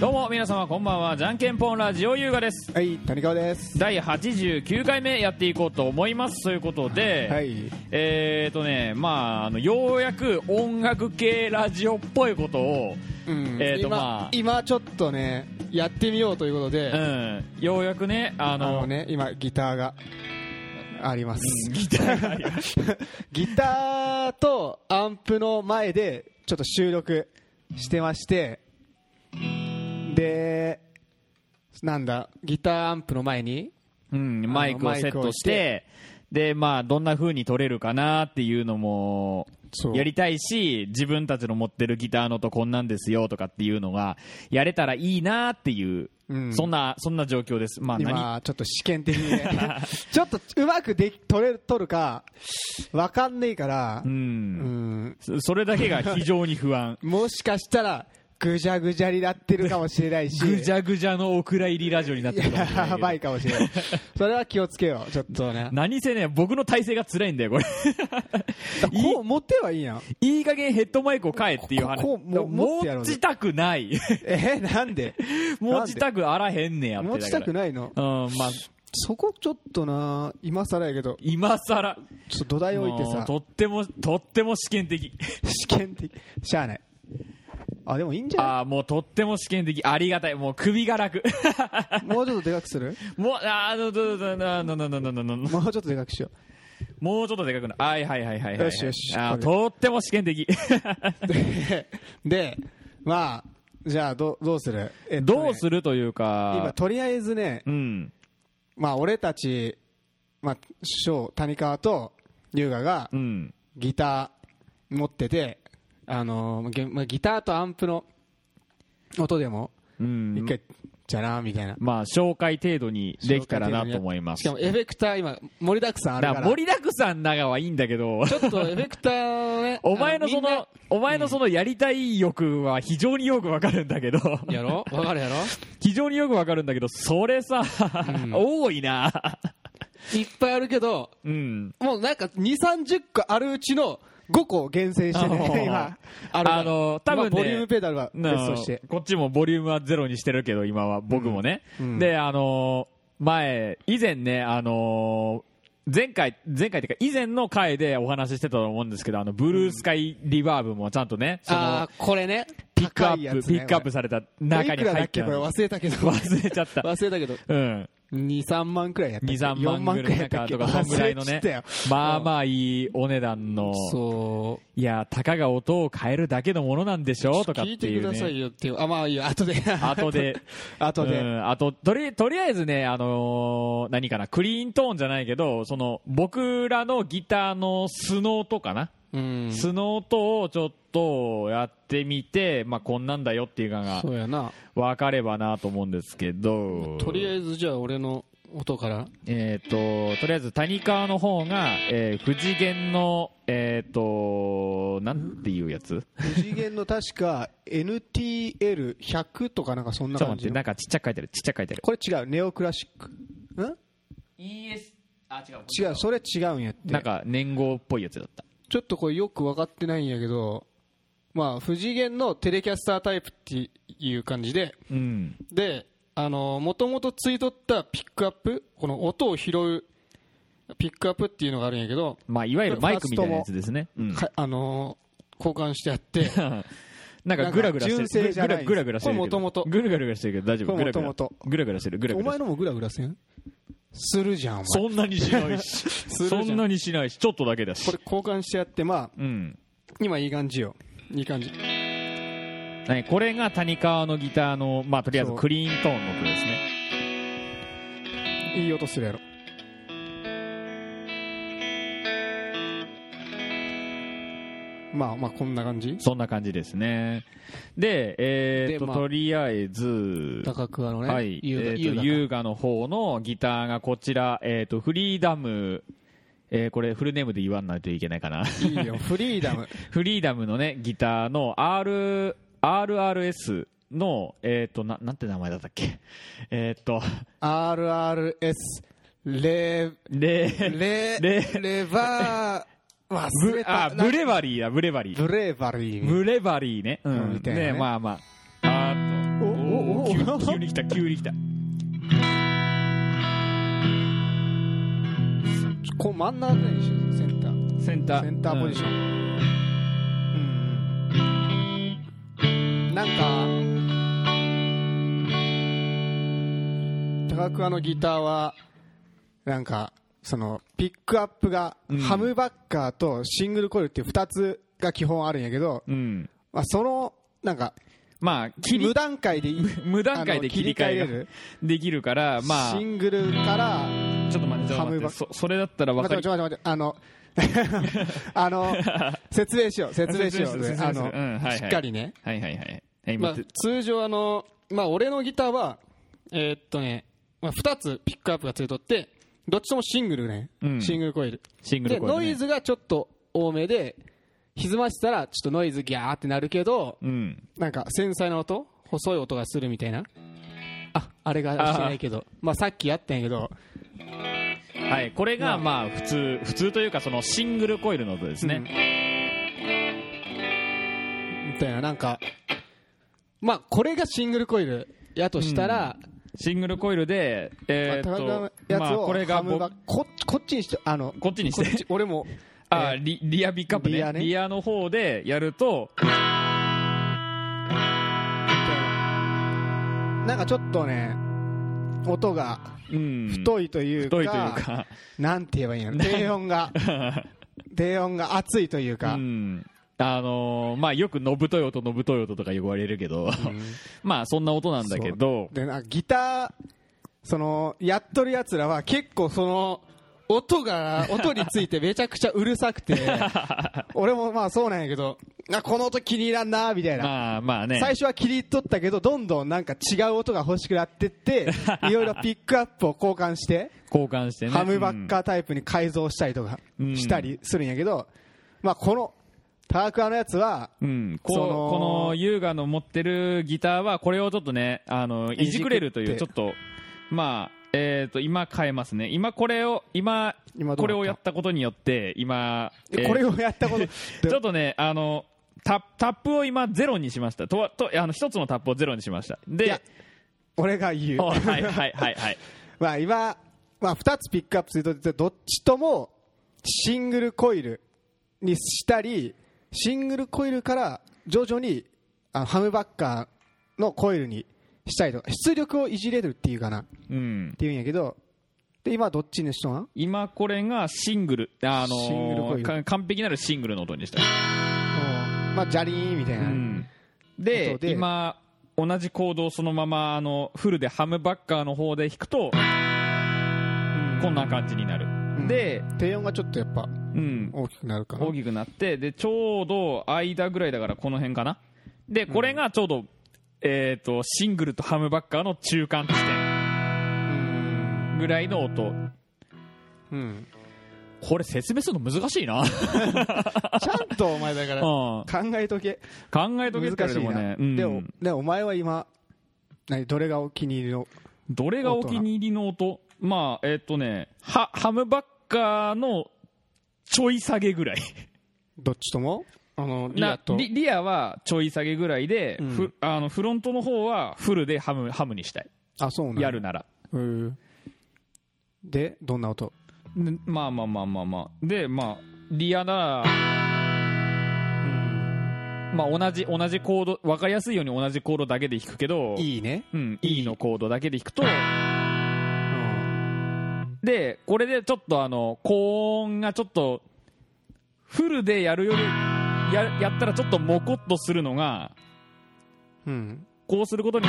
どうも皆様こんばんはじゃんけんぽんラジオ優雅ですはい、谷川です。第89回目やっていこうと思いますということで、はい。えーとねまああのようやく音楽系ラジオっぽいことを、うんえーと今、まあ今ちょっとね、やってみようということで、うあん、ようやくねあのの ね、今、ギターがあります。ギターがありますギターとアンプの前で、ちょっと収録してまして、で、なんだ、ギターアンプの前に、うん、マイクをセットしてでまあどんな風に撮れるかなっていうのもそうやりたいし自分たちの持ってるギターのとこんなんですよとかっていうのがやれたらいいなっていう、うんそんなそんな状況ですまあ何今、ちょっと試験的にね、ちょっとうまくでき取れる、取るか、わかんねえから、う、うんん、そそれだけが非常に不安もしかしたらぐじゃぐじゃになってるかもしれ ないしぐじゃぐじゃのお蔵入りラジオになってるかもしれないけ やどばいかもしれないそれは気をつけようちょっとね何せね僕の体勢が辛いんだよこれいこう持ってはいいやんいい加減ヘッドマイクを変えっていう話ここも持ってやろうぜ持ちたくないえなん で持ちたくあらへんねやって持ちたくないないのうんまあそこちょっとな今更やけど今さらちょっと土台置いてさとってもとっても試験 的試験的しゃあないあでもいいんじあゃあもうとっても試験的ありがたいもう首が楽 ないもうちょっとでかくする もうああのどどどどどどどどどどもうちょっとでかくしよもうちょっとでかくなはいはいはいはいはいよしよしあーことっても試験的うででまあじゃあどうどうする えっとねどうするという今かとりあえずねうんまあ、俺たち、まあ、師匠、谷川と龍河がうんギター持ってて、あのーげまあ、ギターとアンプの音でも、うん一回、じゃらーみたいな。まあ紹介程度にできたらなと思いますしかもエフェクター今、盛りだくさんあるだかからら。盛りだくさん長はいいんだけ ど。ちょっとエフェクターをね お前のそあみんなの、お前のそのやりたい欲は非常によくわかるんだけど、やろわかるやろ非常によくわかるんだけど、それさ、多いな。いっぱいあるけど、うん。もうなんか2、30個あるうちの5個を厳選し てあのーね、今。あるからあのー多分ねまあボリュームペダルはベストして。こっちもボリュームはゼロにしてるけど、今は、僕もね。うんで、あのー前、以前ね、あのー前回、前回っていうか、以前の回でお話ししてたと思うんですけど、あの、ブルースカイリバーブもちゃんとね、そのあ、ーこれね。ピックア高いッやプ、つピねックアップされた中いにくらだ入っってけこたれの忘れたけど忘れちゃった。忘れたけどうん。 23万くらいやったっけ23 4万ぐらいやなっんたかっけとかそんぐらいの忘れねてたよまあまあいいお値段のそいやたかが音を変えるだけのものなんでしょううとかっ聞いてていくうださいねよっていうあまあいいよ 後で後で後うでんあととりとりあえずねあのー何かなクリーントーンじゃないけどその僕らのギターのスノーとかなうんスノーとをちょっとやってみてまあこんなんだよっていうのがそうやな分かればなと思うんですけどとりあえずじゃあ俺の音からえっ、と、とりあえず谷川の方が、えー、不次元の、えっ、と、なんていうやつちょっ二次元の確か NTL100 とかなんかそんなと感待っじて、のなんかちっちゃく書いてる、ちっちゃく書いてる。これ違うネオクラシックん ES、あ、違う。違うそれ違うんやってなんか年号っぽいやつだった。ちょっとこれよく分かってないんやけどまあ不次元のテレキャスタータイプっていう感じでうん。で、あのもともとついとったピックアップ、この音を拾うピックアップっていうのがあるんやけど、まあ、いわゆるマイクみたいなやつですね。うん。かあのー交換してあ って、なんかグラグラしてる。純正じゃないグラグラグラグラしてるけど。これ元々グラグラグラしてるけど大丈夫。こグラれグラ。元グラグラしてる。グラグおラし前てる。のもグラグラせんするじゃん、お前。そんなにしない し。るじゃそんんなにしないし。ちょっとだけだしこ。れ交換してあって、まあ、うん。今いい感じよ。いい感じ。はいこれが谷川のギターの、まあ、とりあえずそうクリーントーンの音ですね。いい音するやろ。まあまあこんな感じそんな感じですね。で、えーっと、でまあとりあえず、高桑のね、はい、優雅えーっと優雅か優雅の方のギターがこちら、えーっと、フリーダム、えーこれフルネームで言わないといけないか な。いいよ、フリーダム。フリーダムのね、ギターの R、RRS の、えーっと、な、なんて名前だったっけえーっと、 RRS レレ、レレレバー忘ブれ、たあ、ブレバリーだ、ブレバリー。ブレーバリーブレバリーね。うん。みたいなねねまあまあ。あと、おおお急に急に来た急に来たちょこう真ん中ぐらいにしてセンターセンターセンターポジションうんうんうんなんか高桑のギターはなんかそのピックアップがうんハムバッカーとシングルコイルっていう2つが基本あるんやけど、うん、うん、まあ、そのなんかまあ切り無段階でいい無段階で切り替えあの切り替えがれるできるからまあシングルからちょっと待ってちょっと待ハムってバそそれだったら分待かってり待って待ってあの あの説明しよう説明しよう説明する説明するあの、うんはいはいしっかりね、はいはいはいえま今、あ、通常あのまあ俺のギターはえーっとね、まあ、2つピックアップがついとってどっちともシングルね、うんシングルコイルシングルでコイル、ね、ノイズがちょっと多めで歪ましたらちょっとノイズギャーってなるけどうんなんか繊細な音細い音がするみたいなああれがしてないけどまあさっきやったんやけどはいこれがまあ普通普通というかそのシングルコイルの音ですね、みたいななんかまあこれがシングルコイルやとしたら、シングルコイルで、えーっ高田のとやつまあ、をこれがハムバ僕ッここっちにしてあのこっちにしてこっち俺も あーリリアピックアップねリリアアねの方でやるとなんかちょっとね音がうん太いというか,、太いというかなんて言えばい いの低音が低音が熱いというか、うんあのーまあよく「のぶとい音のぶとい音」とか言われるけど、 まあそんな音なんだけどでなんかギターそのやっとるやつらは結構その 音が音についてめちゃくちゃうるさくて俺もまあそうなんやけどあこの音気に入らんなみたいな、まあまあね最初は気に入っとったけどどんどんなんか違う音が欲しくなってって いろいろピックアップを交換して交換してねハムバッカータイプに改造したりとかうんしたりするんやけど、まあ、このタークアのやつはうん、うんこうそのこの優雅の持ってるギターはこれをちょっとねあのいじくれるといういちじょくっとまあえー、と今変えますね今これを今今どうこれなったをやったことによって今、ええーこれをやったことちょっとね、あの、タタップを今ゼロにしました。とわとあの一つのタップをゼロにしました。いでや、俺が言う おはいはいはいはい。まあ今、まあ、2つピックアップすると言ってどっちともシングルコイルにしたりシングルコイルから徐々にあのハムバッカーのコイルにしたりとか出力をいじれるっていうかなっうん。ていうんやけどで今どっちにしとん今これがシングル、あのシングルコイルか完璧なるシングルの音にした。まあジャリーンみたいな、うんで音で今同じコードをそのままあのフルでハムバッカーの方で弾くとこんな感じになる。うんで、低音がちょっとやっぱうん、大きくなるかな大きくなってでちょうど間ぐらいだからこの辺かなでこれがちょうど、えー、とシングルとハムバッカーの中間地点うんぐらいの音うんこれ説明するの難しいな、うん、ちゃんとお前だから考考えとけえとけって難しでいもねな、うんでもでもお前は今何どれがお気に入りのどれがお気に入りの音まあえっ、とねハハムバッカーのちょい下げぐらいどっちともあのリアなとリリアはちょい下げぐらいで、うんフあのフロントの方はフルでハムハムにしたいあそうなんやるならうんでどんな音でまあまあまあまあまあでまあリアなら、まあ、同じ同じコード分かりやすいように同じコードだけで弾くけどいいねうん、E のコードだけで弾くとうんでこれでちょっとあの高音がちょっとフルでやるよりややったらちょっとモコッとするのがうんこうすることに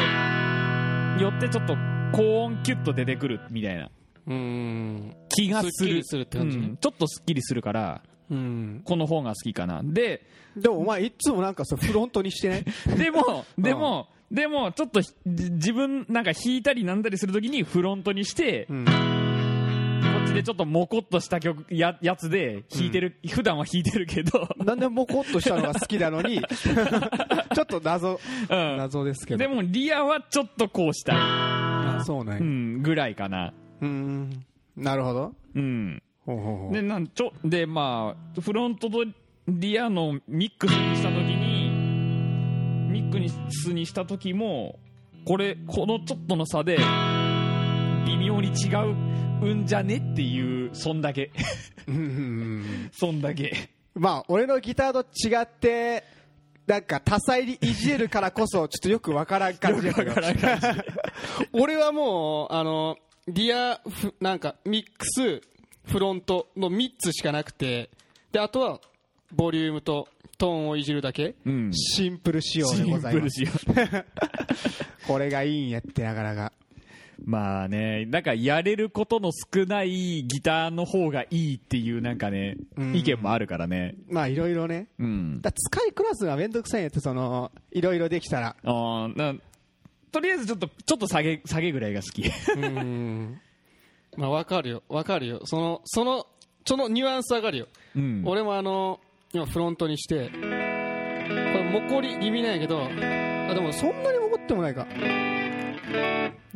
よってちょっと高音キュッと出てくるみたいなうん気がすすっきるりするって感じねうんちょっとすっきりするからうんこの方が好きかな ででもお前いつもなんかそうフロントにしてねでも、でも、でも、ちょっとひじ自分、なんか弾いたりなんだりするときにフロントにして、こうんっちでちょっとモコっとした曲ややつで弾いてる、普段は弾いてるけど、 なんでモコっとしたのが好きなのに ちょっと謎うん、謎ですけどでもリアはちょっとこうした、あそうないうん、ぐらいかな。うんなるほどうん、ほうほうほうでなんちょでまあフロントとリアのミックスにしたときにミックスにした時もこれこのちょっとの差で微妙に違うんじゃねっていうそんだけ うんうんうんそんだ けまあ俺のギターと違ってなんか多彩にいじれるからこそちょっとよくわからん感じだったけどよくわからん感俺はもうあのディアフなんかミックスフロントの3つしかなくてであとはボリュームとトーンをいじるだけ、うんシンプル仕様でございますシンプルしようこれがいいんやってなかなかまあねなんかやれることの少ないギターの方がいいっていうなんかねうん意見もあるからねまあいろいろねうんだから使いこなすのは面倒くさいんやってそのいろいろできたらあーなとりあえずちょっとちょっと下げ下げぐらいが好きうんまあ、わかるよ、わかるよ。その、その、そのニュアンスわかるよ。うん俺もあの、今フロントにして、これ、もこり気味なんやけど、あ、でも、そんなに怒ってもないか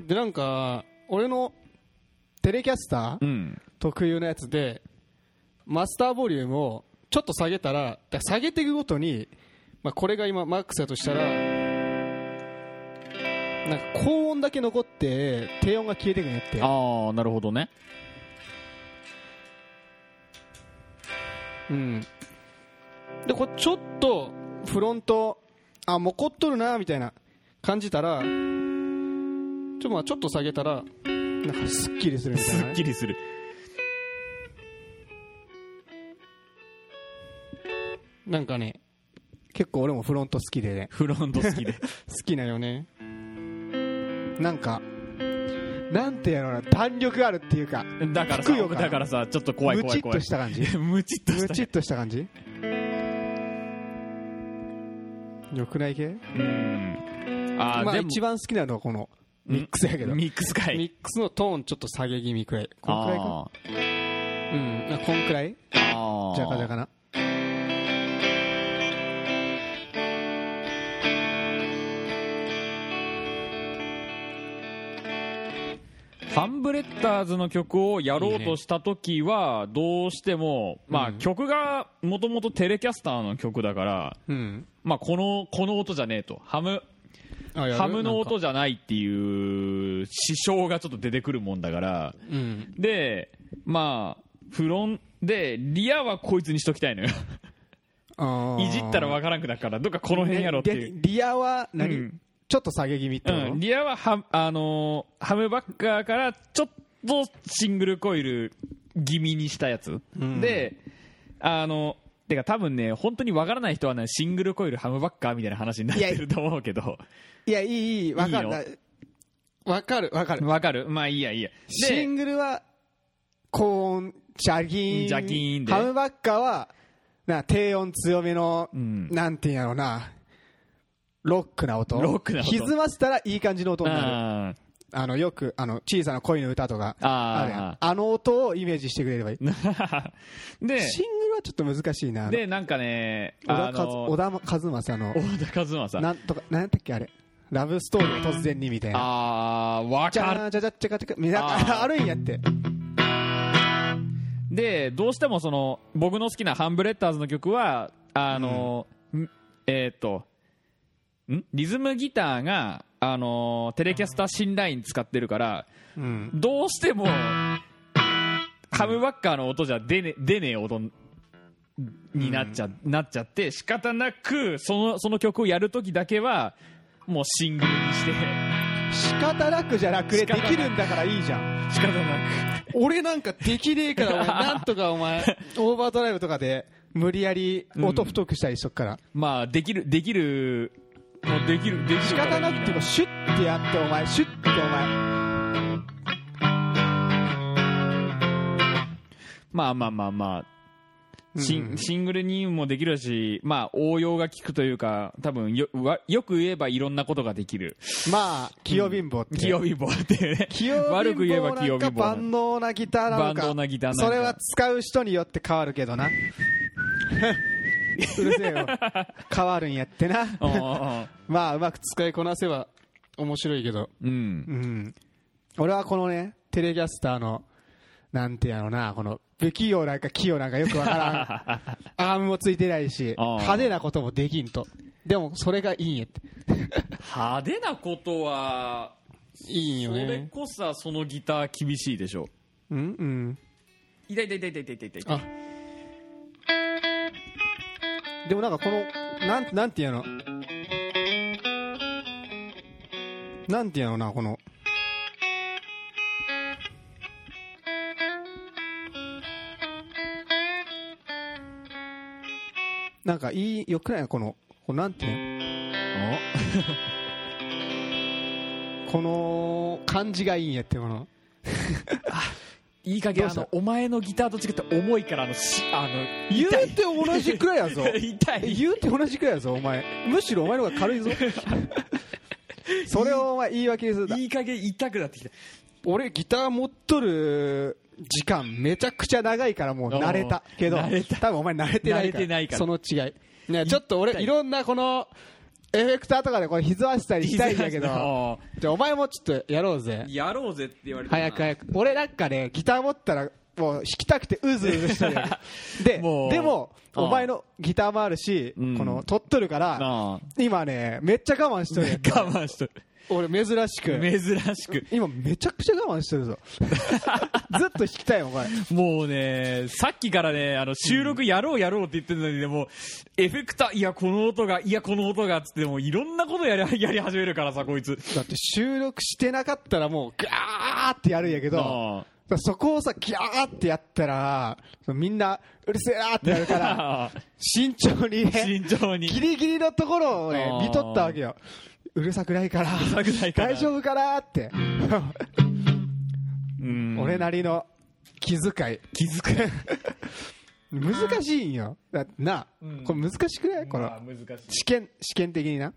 で、なんか、俺のテレキャスターうん特有のやつつで、マスターボリュームをちょっと下げたら、だから下げていくごとに、まあ、これが今、マックスだとしたら、なんか高音だけ残って低音が消えてくんやってああなるほどねうん。で、これ、ちょっと、フロントあもこっとるなみたいな感じたら、ちょまあちょっと下げたら、なんかすっきりするみたいすなね、っきりするなんかね、結構俺もフロント好きでねフロント好 きで好きなよね。なんかなんてやろうな弾力あるっていうかだから吹くよさかなだからさちょっと怖いム怖チいッ怖いとした感じムチッとしム たチッとした感じよくない系うんあー、まあでも一番好きなのはこのミックスやけどミックスかいミックスのトーンちょっと下げ気味くらい。こんくらいかうんあこんくらいあーあーじゃかじゃかなハンブレッダーズの曲をやろうとした時はどうしてもまあ曲がもともとテレキャスターの曲だからうんまあこのこの音じゃねえとハムあやるハムのなんか音じゃないっていう支障がちょっと出てくるもんだからうん。でまあフロンでリアはこいつにしときたいのよあーいじったらわからんくなるからどっかこの辺やろっていうねリリアは何、うんちょっと下げ気味ってこと、うん、リアはハ,、あのーハムバッカーからちょっとシングルコイル気味にしたやつ、であのてか多分ね本当にわからない人はねシングルコイルハムバッカーみたいな話になってると思うけどいやいいいいわかるいいよなわかるわかるわかるまあいいやいいやシングルは高音ジャギーンジャギーンでハムバッカーはな低音強めの、んなんていうんやろうなロックな音ロックな音歪ませたらいい感じの音になるああのよくあの小さな恋の歌とかあーあるやんあの音をイメージしてくれればいいーでシングルはちょっと難しいなあのでなんかね小田あ和の小田和正の小田和正なんとかなんやったっけあれラブストーリーが突然にみたいなああわじかるゃーじゃじゃっちゃかちゃかみんなあーああるんやってでどうしてもその僕の好きなハンブレッダーズの曲はあの、んえーっとんリズムギターがあのテレキャスター新ライン使ってるからうんどうしてもハムバッカーの音じゃ出ね出ねえ音になっちゃ,、なっちゃって仕方なくそのその曲をやるときだけはもうシングルに して仕方なくじゃなくて仕で方なくきるんだからいいじゃん仕方な俺なんかできねえだかからお前、なんとか お前、オーバードライブとかで無理やり音太くしたりしとくから、くまあできるできるもうできるできる仕から方なくてもシュッてやってお前シュッてお前まあまあまあまあ、シンシングルにもできるし、まあ、応用が効くというか、多分よわよく言えばいろんなことができる、まあ器用貧乏って、器用貧乏っていうね、器用貧乏悪く言えば器用貧なんか万乏、能なギタ ーなのか万能なギターなのかそれは使う人によって変わるけどなうるせえよ変わるんやってなまあうまく使いこなせば面白いけど。うんうんうん、俺はこのねテレキャスターのなんてやろなこの不器用なんか器用なんかよくわからんアームもついてないしあー派手なこともできんとでも、それがいいんやって。派手なことはいいよそれねこそそのギター厳しいでしょうんうん痛い痛い痛い痛い痛い痛いあでもなんかこのなんなんていうのなんていうのなこのなんかいいよくないこのこのなんていうのこの感じがいいんやってこのいい加減どうあしたのお前のギターと違って重いからあのしあの言うて同じくらい やぞ痛い言うて同じくらいやぞお前むしろお前の方が軽いぞそれをお前言い訳にするだいい加減痛くなってきた俺ギター持っとる時間めちゃくちゃ長いからもう慣れたけど慣れた多分お前慣れてない慣かれてらないからその違いねちょっと俺いろんなこのエフェクターとかでこれひずわしたりしたいんだけどどじゃあお前もちょっとやろうぜやろうぜって言われて早く早く俺なんかねギター持ったらもう弾きたくてうずうずしてるよ でもうでもうんお前のギターもあるしこうんの取っとるからな今ねめっちゃ我慢し とるあ我慢しとる俺珍し く珍しく今めちゃくちゃ我慢してるぞ ずっと弾きたいよお前もうねさっきからねあの収録やろうやろうって言ってるのにでもエフェクターいやこの音がいやこの音がっつってもういろんなことやりやり始めるからさこいつだって収録してなかったらもうガーってやるんやけどだかあらそこをさギャーってやったらみんなうるせえなってやるから 慎重にね慎重にギリギリのところをねあー見とったわけようるさくないからうるさくないから大丈夫かなってうん俺なりの気遣い気づく 難しいんよだなあうんこれ難しくないこの難しい試験試験的にな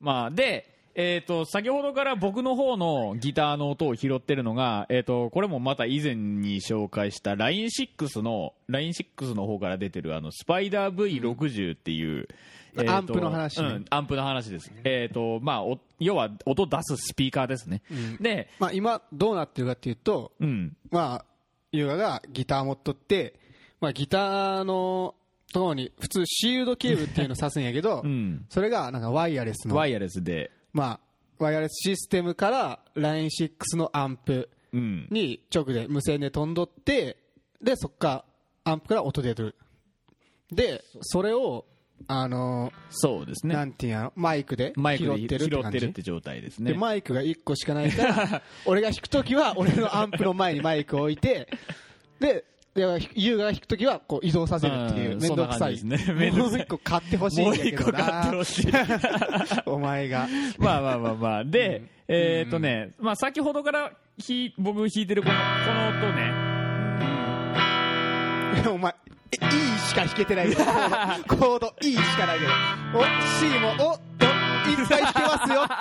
まあ、で、えー、と先ほどから僕の方のギターの音を拾ってるのが、えー、とこれもまた以前に紹介した LINE6 の LINE6 の方から出てるあのスパイダー V60 っていう、えーとアンプの話ねうんアンプの話です、えーとまあ、お要は音出すスピーカーですね、で、まあ今どうなってるかっていうとうん、まあ、優雅がギター持っとって、まあギターのところに普通シールドケーブルっていうの挿すんやけど、 うん、それがなんかワイヤレスの、ワイヤレスで、まあ、ワイヤレスシステムから LINE6 のアンプうん、に直で無線で飛んどって、で、そっからアンプから音出てる。で、それを、あのそうですーなね、んていうんやろ、マイクでマイク拾でってるって拾っ感てじるって状態ですでね。マイクが1個しかないから 俺が弾くときは俺のアンプの前にマイクを置いてでで優雅が弾くときはこう移動させるっていううん面倒くさいそんな感じですね 面倒くさいもう1個買ってほしいんもうだけ一ど個買ってなほしい。 お前がまあまあまあまあ。で、えっ、とね、まあ先ほどからひ僕弾いてるこの、この音ね。お前え E しか弾けてないけどコード E しかないけどお C もおといっぱい弾けますよ っ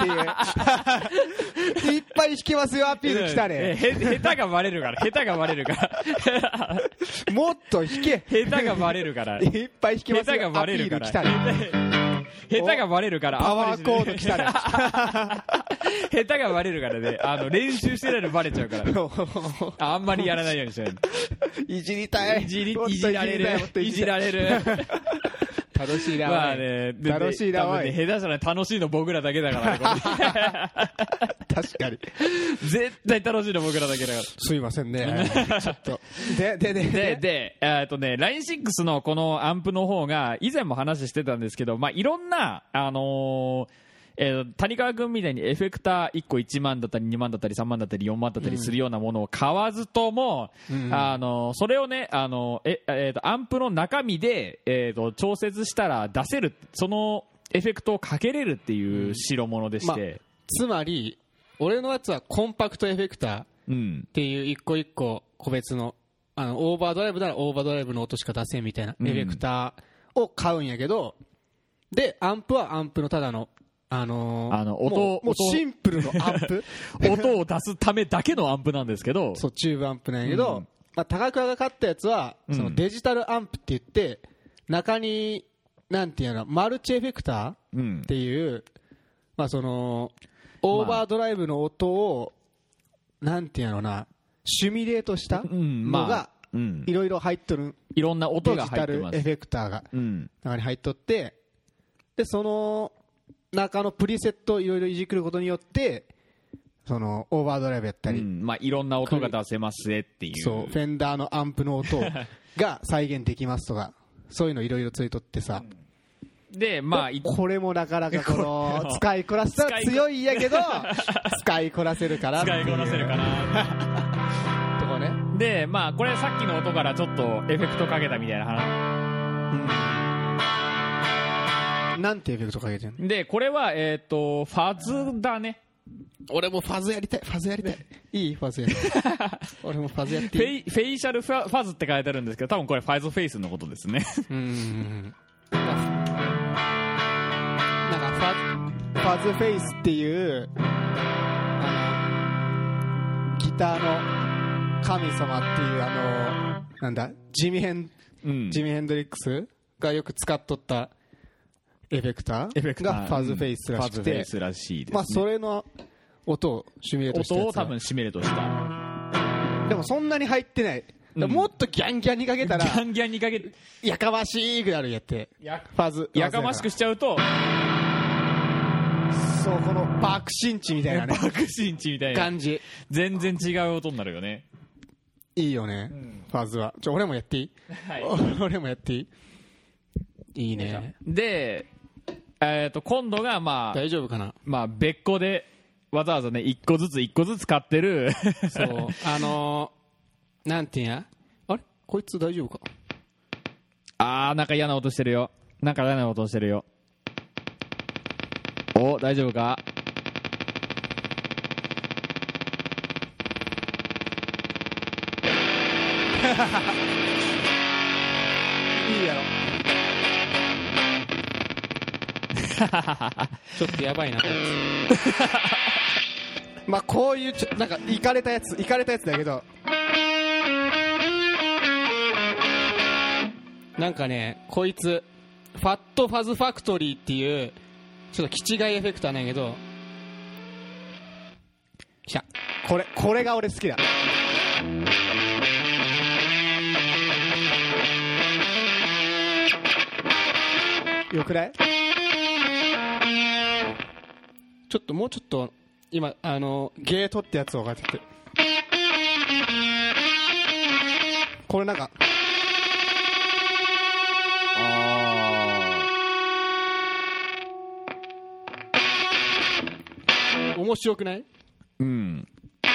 ていういっぱい弾けますよアピール来たえねへ、下手がバレるから、下手がバレるから。 もっと弾け下手がバレるから。いっぱい弾け下ます手がよアバピレるーかルら。来下た手ね下手がバレるから。パワーコード来たね。ね 下手がバレるからね。あの、練習してないのバレちゃうから。ああんまりやらないようにしない。いじりたい。いじりもっ、といじられたもっとる。いじられる。楽しいな。まあおいね、楽しいな、多お分ねい。下手したら楽しいの僕らだけだからねこれ。確かに。 絶対楽しいの僕らだけだから。すいませんね。ちょっと。で、で、で、で、、で、えーっとね、LINE6 のこのアンプの方が、以前も話してたんですけど、まあ、いろんな、あのーえー谷川君みたいにエフェクター1個1万だったり2万だったり3万だったり4万だったりするようなものを買わずとも、あのーそれをね、あのーええーっとアンプの中身で、えーっと調節したら出せるそのエフェクトをかけれるっていう代物でして、つまり俺のやつはコンパクトエフェクターっうん、ていう一個一個個別のあのオーバードライブならオーバードライブの音しか出せんみたいなエんフェクターを買うんやけど、でアンプはアンプのただのあのーあの音もう、もう音シンプルのアンプ音を出すためだけのアンプなんですけど、 そう、チューブアンプなんやけうどん、まあ、高倉が買ったやつは、そのデジタルアンプって言って、中に、なんていうの、マルチエフェクターうんっていう、まあ、そのオーバードライブの音を、なんていうのなシミュレートした うんのまがあうんいろいろ入っとるいろんな音デがジ入タってルまエす。フェクターがうん、中に入っとってでその中のプリセットをいろいろいじくることによってそのオーバードライブやったり、うんまあ、いろんな音が出せますねっていうそうフェンダーのアンプの 音が再現できますとかそういうのいろいろついとってさ、でまあいこれもなかなかこ これのも使いこなすのは強いんや けど使いこなせるから使いこなせるかなとこね、でまあこれさっきの音からちょっとエフェクトかけたみたいな話なんてエフェクトかけてんのでこれはえっ、とファズだね俺もファズやりたいファズやりたいいいファズや りたい俺もファズやってフいいェイフェイシャルファファズって書いてあるんですけど多分これファイズフェイスのことですねうんなんかファファズフェイスっていうあのギターの神様っていうあのなんだジミヘン うんジミヘンドリックスがよく使っとったエフェクタエフェークタがーファズフェイスらしファくズフェてイスらしいです、ねまあそれの音をシミュレートしたやつ音を多分シミュレートしたでもそんなに入ってない、うんもっとギャンギャンにかけたらギャンギャンにかけやかましいぐらいあるやってやファズやかましくしちゃうとそうこの爆心地みたいなね爆心地みたいな感じ全然違う音になるよねいいよね、ファズはちょ俺もやっていい、はい 俺もやっていいいいねで、えー、と今度が、まあ大丈夫かなまあ、別個でわざわざね1個ずつ1個ずつ買ってるそうあのー、なんていうんやあれこいつ大丈夫か あーなんか嫌な音してるよなんか嫌な音してるよお大丈夫かいいやろちょっとやばいなこいつまあこういうちょなんかいかれたやついかれたやつだけどなんかねこいつファットファズファクトリーっていうちょっと気違いエフェクターなんやけどきたこれこれが俺好きだよくないちょっともうちょっと今あのゲートってやつを分かっててこれなんかあ面白くないーうんこ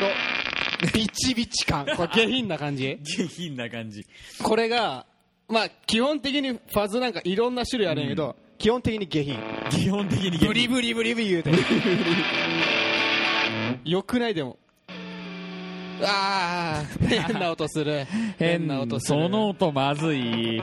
のビチビチ感これ下品な感じ下品な感じこれがまあ基本的にファズなんかいろんな種類あるんやけど、基本的に下品基本的に下ブリ品ブリブリブリ言 うてよくないでもああ 変な音する変な音するその音まずい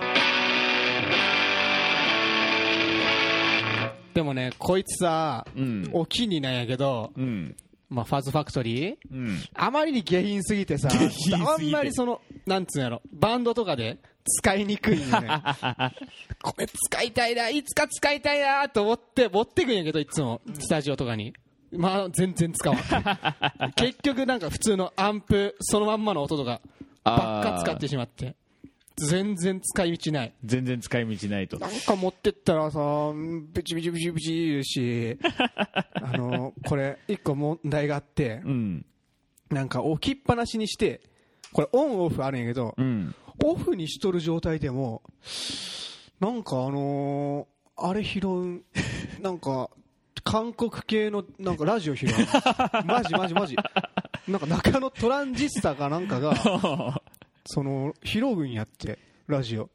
でもねこいつさうんお気になんやけど、うんまあファズファクトリーうんあまりに下品すぎてさ下品すぎてあんまりそのなんつうんやろバンドとかで使いにくいよねこれ使いたいないつか使いたいなと思って持ってくんやけどいつもスタジオとかにまあ全然使わん 結局なんか普通のアンプそのまんまの音とかばっか使ってしまって全然使い道ない全然使い道ないとなんか持ってったらさブチブチブチブチ言 うしあのこれ一個問題があってうんなんか置きっぱなしにしてこれオンオフあるんやけど、うんオフにしとる状態でもなんかあのーあれ拾うんなんか韓国系のなんかラジオ拾うマジマジマジなんか中野トランジスタかなんかがその拾うんやってラジオ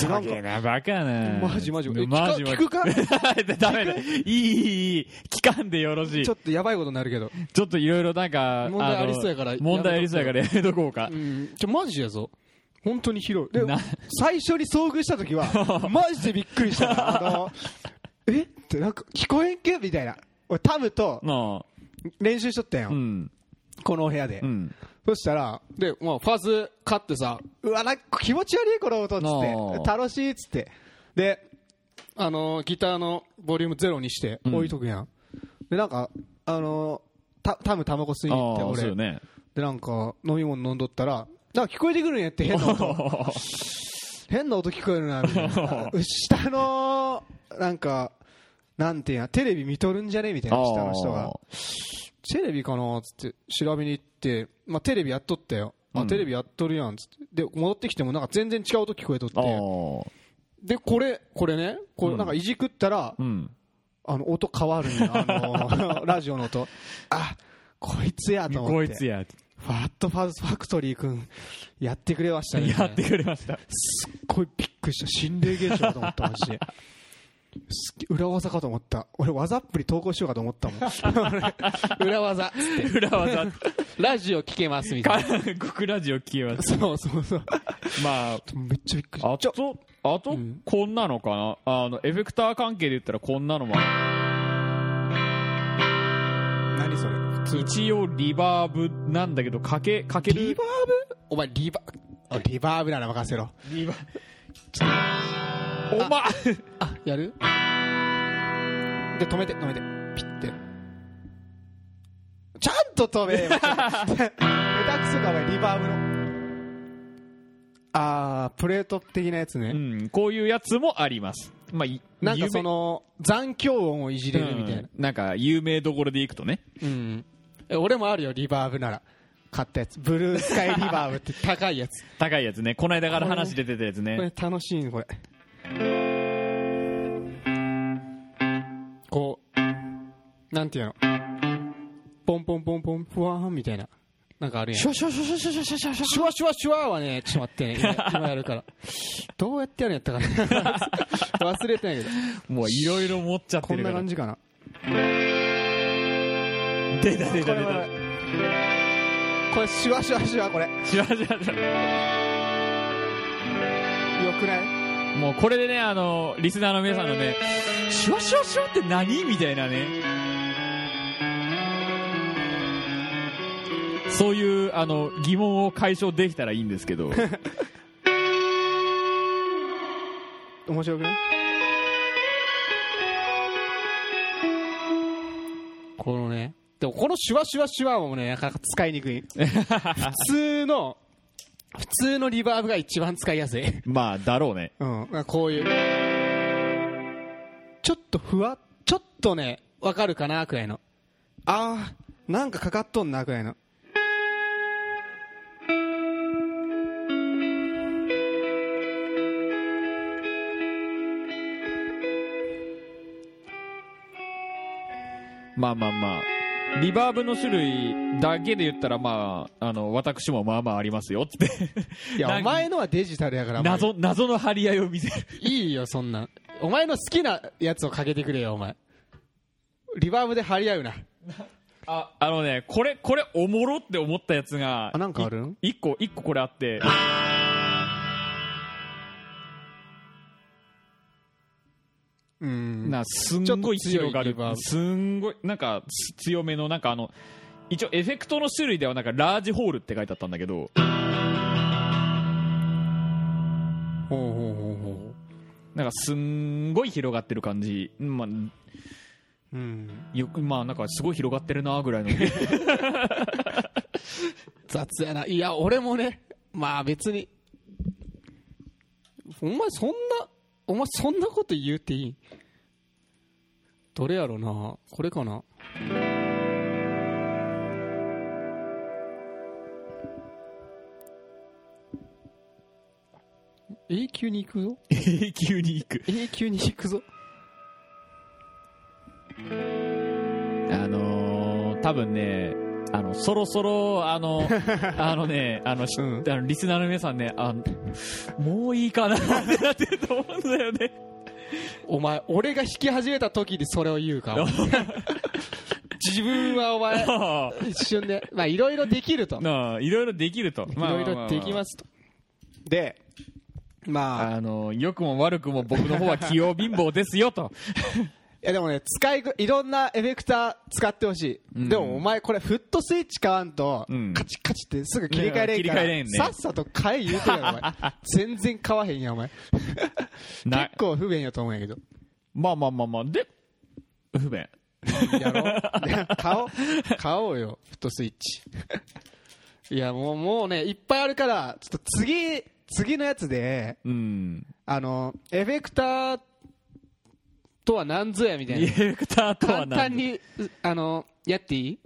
でなんかなバカなマジマジえマジマジ聞か聞 ダメだいいいいいい聞かんでよろしいちちょょっとやばいことにな るけど、っといろいろなんか問題のありそうやから問題ありそうやからやめとこうかうんちょマジやぞ本当に広い。でな、最初に遭遇した 時は、マジでびっくりした。あの、えってなんか聞こえんけみたいな。俺タムとなあ練習しとったんよ、うんこのお部屋で、うんそしたらでまあファズ買ってさうわなんか気持ち悪いこの音っつっなて楽しいっつってであのギターのボリュームゼロにしてん置いとくやん、でなんかあのたタムタバコ吸いあに行ってあそう俺、よねでなんか飲み物飲んどったらなんか聞こえてくるんや って変な音 変な音聞こえるなみたいな下のなんかなんていうんやテレビ見とるんじゃねみたいな下の人がテレビかなっつって調べに行って、まあ、テレビやっとったよ、うあんテレビやっとるやんっつってで戻ってきてもなんか全然違う音聞こえとっあてーでこれこれねこれなんかいじくったら、うんあの音変わるんよあ のラジオの音あこいつやと思こっいてつやファットファーストファクトリー君やってくれましたねやってくれましたすっごいびっくりした心霊現象かと思ったマジですっげ裏技かと思った俺技っぷり投稿しようかと思ったもん 裏技っつって裏技ラジオ聞けますみたいな韓国ラジオ消えますそうそうそうまあめっちゃびっくりしたあと、あと、こんなのかな、あの、エフェクター関係で言ったらこんなのもある何それ一応リバーブなんだけど、かけ、かけリるバ。ーブお前リバおリバーブなら任せろリバおま、あやるで止めて止めてピッてちゃんと止めよ下手くそかお前リバーブのあープレート的なやつね、うん、こういうやつもあります。まあ、いなんかそ、の残響音をいじれ有る名みたいな、うんなんか、有名どころでいくとね。うんえ俺もあるよリバーブなら買ったやつブルースカイリバーブって高いやつ高いやつね。この間から話出てたやつこね。れ楽しいねこれこうなんていうのポンポンポンポンふわーんみたいななんかあるやんシュワシュワシュワシュワシュワシュワュワシュワシュワはねちょっと待ってね今 今やるからどうやってやるんやったかな 忘れてないけどもう、いろいろ持っちゃっこてんるかなら感。じかな出た出こたれ出こた。れこれシュワシュワシュワこれよしわしわしわくないもう、これでね、あの、リスナーの皆さんのね、シュワシュワシュワって何みたいなね。そういう、あの、疑問を解消できたらいいんですけ ど。面白くないこのねでもこのシュワシュワシュワもねなかなか使いにくい普通の普通のリバーブが一番使いやすいまあ、だろうね。うんまあこういうちょっとふわっちょっとねわかるかなくらいのあーなんかかかっとんなぐらいのまあまあまあ。リバーブの種類だけで言ったら、まあ、あの、私もまあまあありますよ、つって。いやなんお前のはデジタルやから謎、謎の張り合いを見せる。いいよそんなんお前の好きなやつをかけてくれよお前リバーブで張り合うなあ、あのね、これ、これおもろって思ったやつが、あなんかあるんい一個、一個これあって。うんなすんごいちょっと強い広がリるバーブすんごいなんかす強めのなんかあの一応エフェクトの種類ではなんかラージホールって書いてあったんだけどほうほうほうほなんかすんごい広がってる感じ、まあ、ううんよくまあなんかすごい広がってるなぐらいの雑やないや俺もねまあ別にお前そんなお前そんなこと言うていいどれやろなこれかな永久に行くぞ永久にいく永久に行くぞあのー、多分ねあのそろそろあ のあのねあの,し、うんあのリスナーの皆さんねあのもういいかなってなってると思うんだよねお前俺が弾き始めた時にそれを言うか 自分はお前一瞬でまあいろいろできるといなあいろいろできるとろいろですきますとでまああの、良くも悪くも僕の方は器用貧乏ですよと。いやでもね使いぐいろんなエフェクター使ってほしい、うんでもお前これフットスイッチ買わんと、うんカチカチってすぐ切り替えれんかねら切り替えれんねさっさと買え言うてるよお前 全然買わへんやんお前な結構不便やと思うんやけどまあまあまあまあ、で、不便。やろ買おう買おうよフットスイッ チいやもうもうねいっぱいあるからちょっと次次のやつでうん。あのエフェクターとは何ぞやみたデいなィレクターとは簡な単んだにうあのやっていい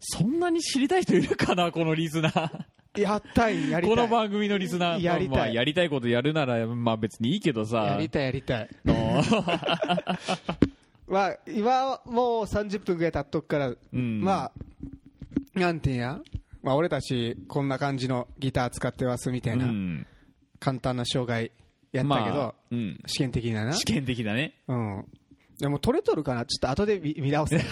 そんなに知りたい人いるかなこのリスナーやったいやりこたいの番組のリスナーやりたいまあまあやりたいことやるならまあ別にいいけどやさりたいやりたあいのまあ、今もう30分ぐらい経っとくから、んまあなんていうんや、まあ、俺たちこんな感じのギター使ってますみたういな、ん簡単な障害やったけど、まあうん試験的なな試験的だねうんでも取れとるかなちょっと後で見見 直す、うん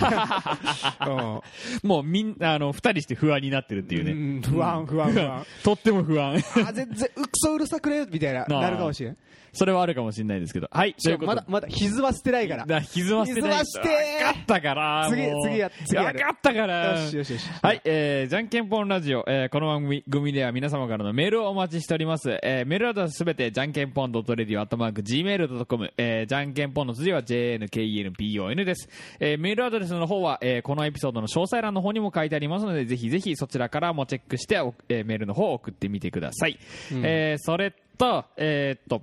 もうみんなあの二人して不安になってるっていうね、うん不安不安不安 とっても不安 あ全然うくそうるさくれみたいなあーなるかもしれんそれはあるかもしれないですけどはいということまでだまだ歪ませてないからだ歪ませてない歪まして分かったから次もう次や次やる分かったからよしよしよしはい、えー、じゃんけんぽんラジオ、えー、この番組組では皆様からのメールをお待ちしております、えー、メールアドレスすべてじゃんけんぽん .radio.gmail.com、えー、じゃんけんぽんの次は jnkenpon です、えー、メールアドレスの方は、えー、このエピソードの詳細欄の方にも書いてありますのでぜひぜひそちらからもチェックして、おえー、メールの方を送ってみてください、えー、それとえー、っと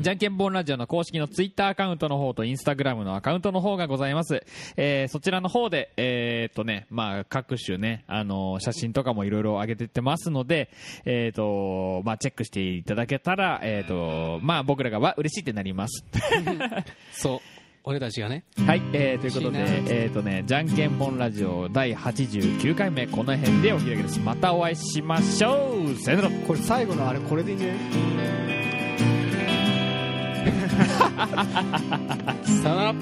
じゃんけんぽんラジオの公式のツイッターアカウントの方とインスタグラムのアカウントの方がございます。えーそちらの方で、えーっとね、まあ、各種ね、あのー写真とかもいろいろ上げてってますので、えーっと、まあ、チェックしていただけたら、えーっと、まあ、僕らがわ嬉しいってなります。そう俺たちがねはい、えーということで、嬉しいなえーっとね、じゃんけんぽんラジオ第89回目、この辺でお開きです。またお会いしましょうさよならこれ最後のあれこれでいいねさよなら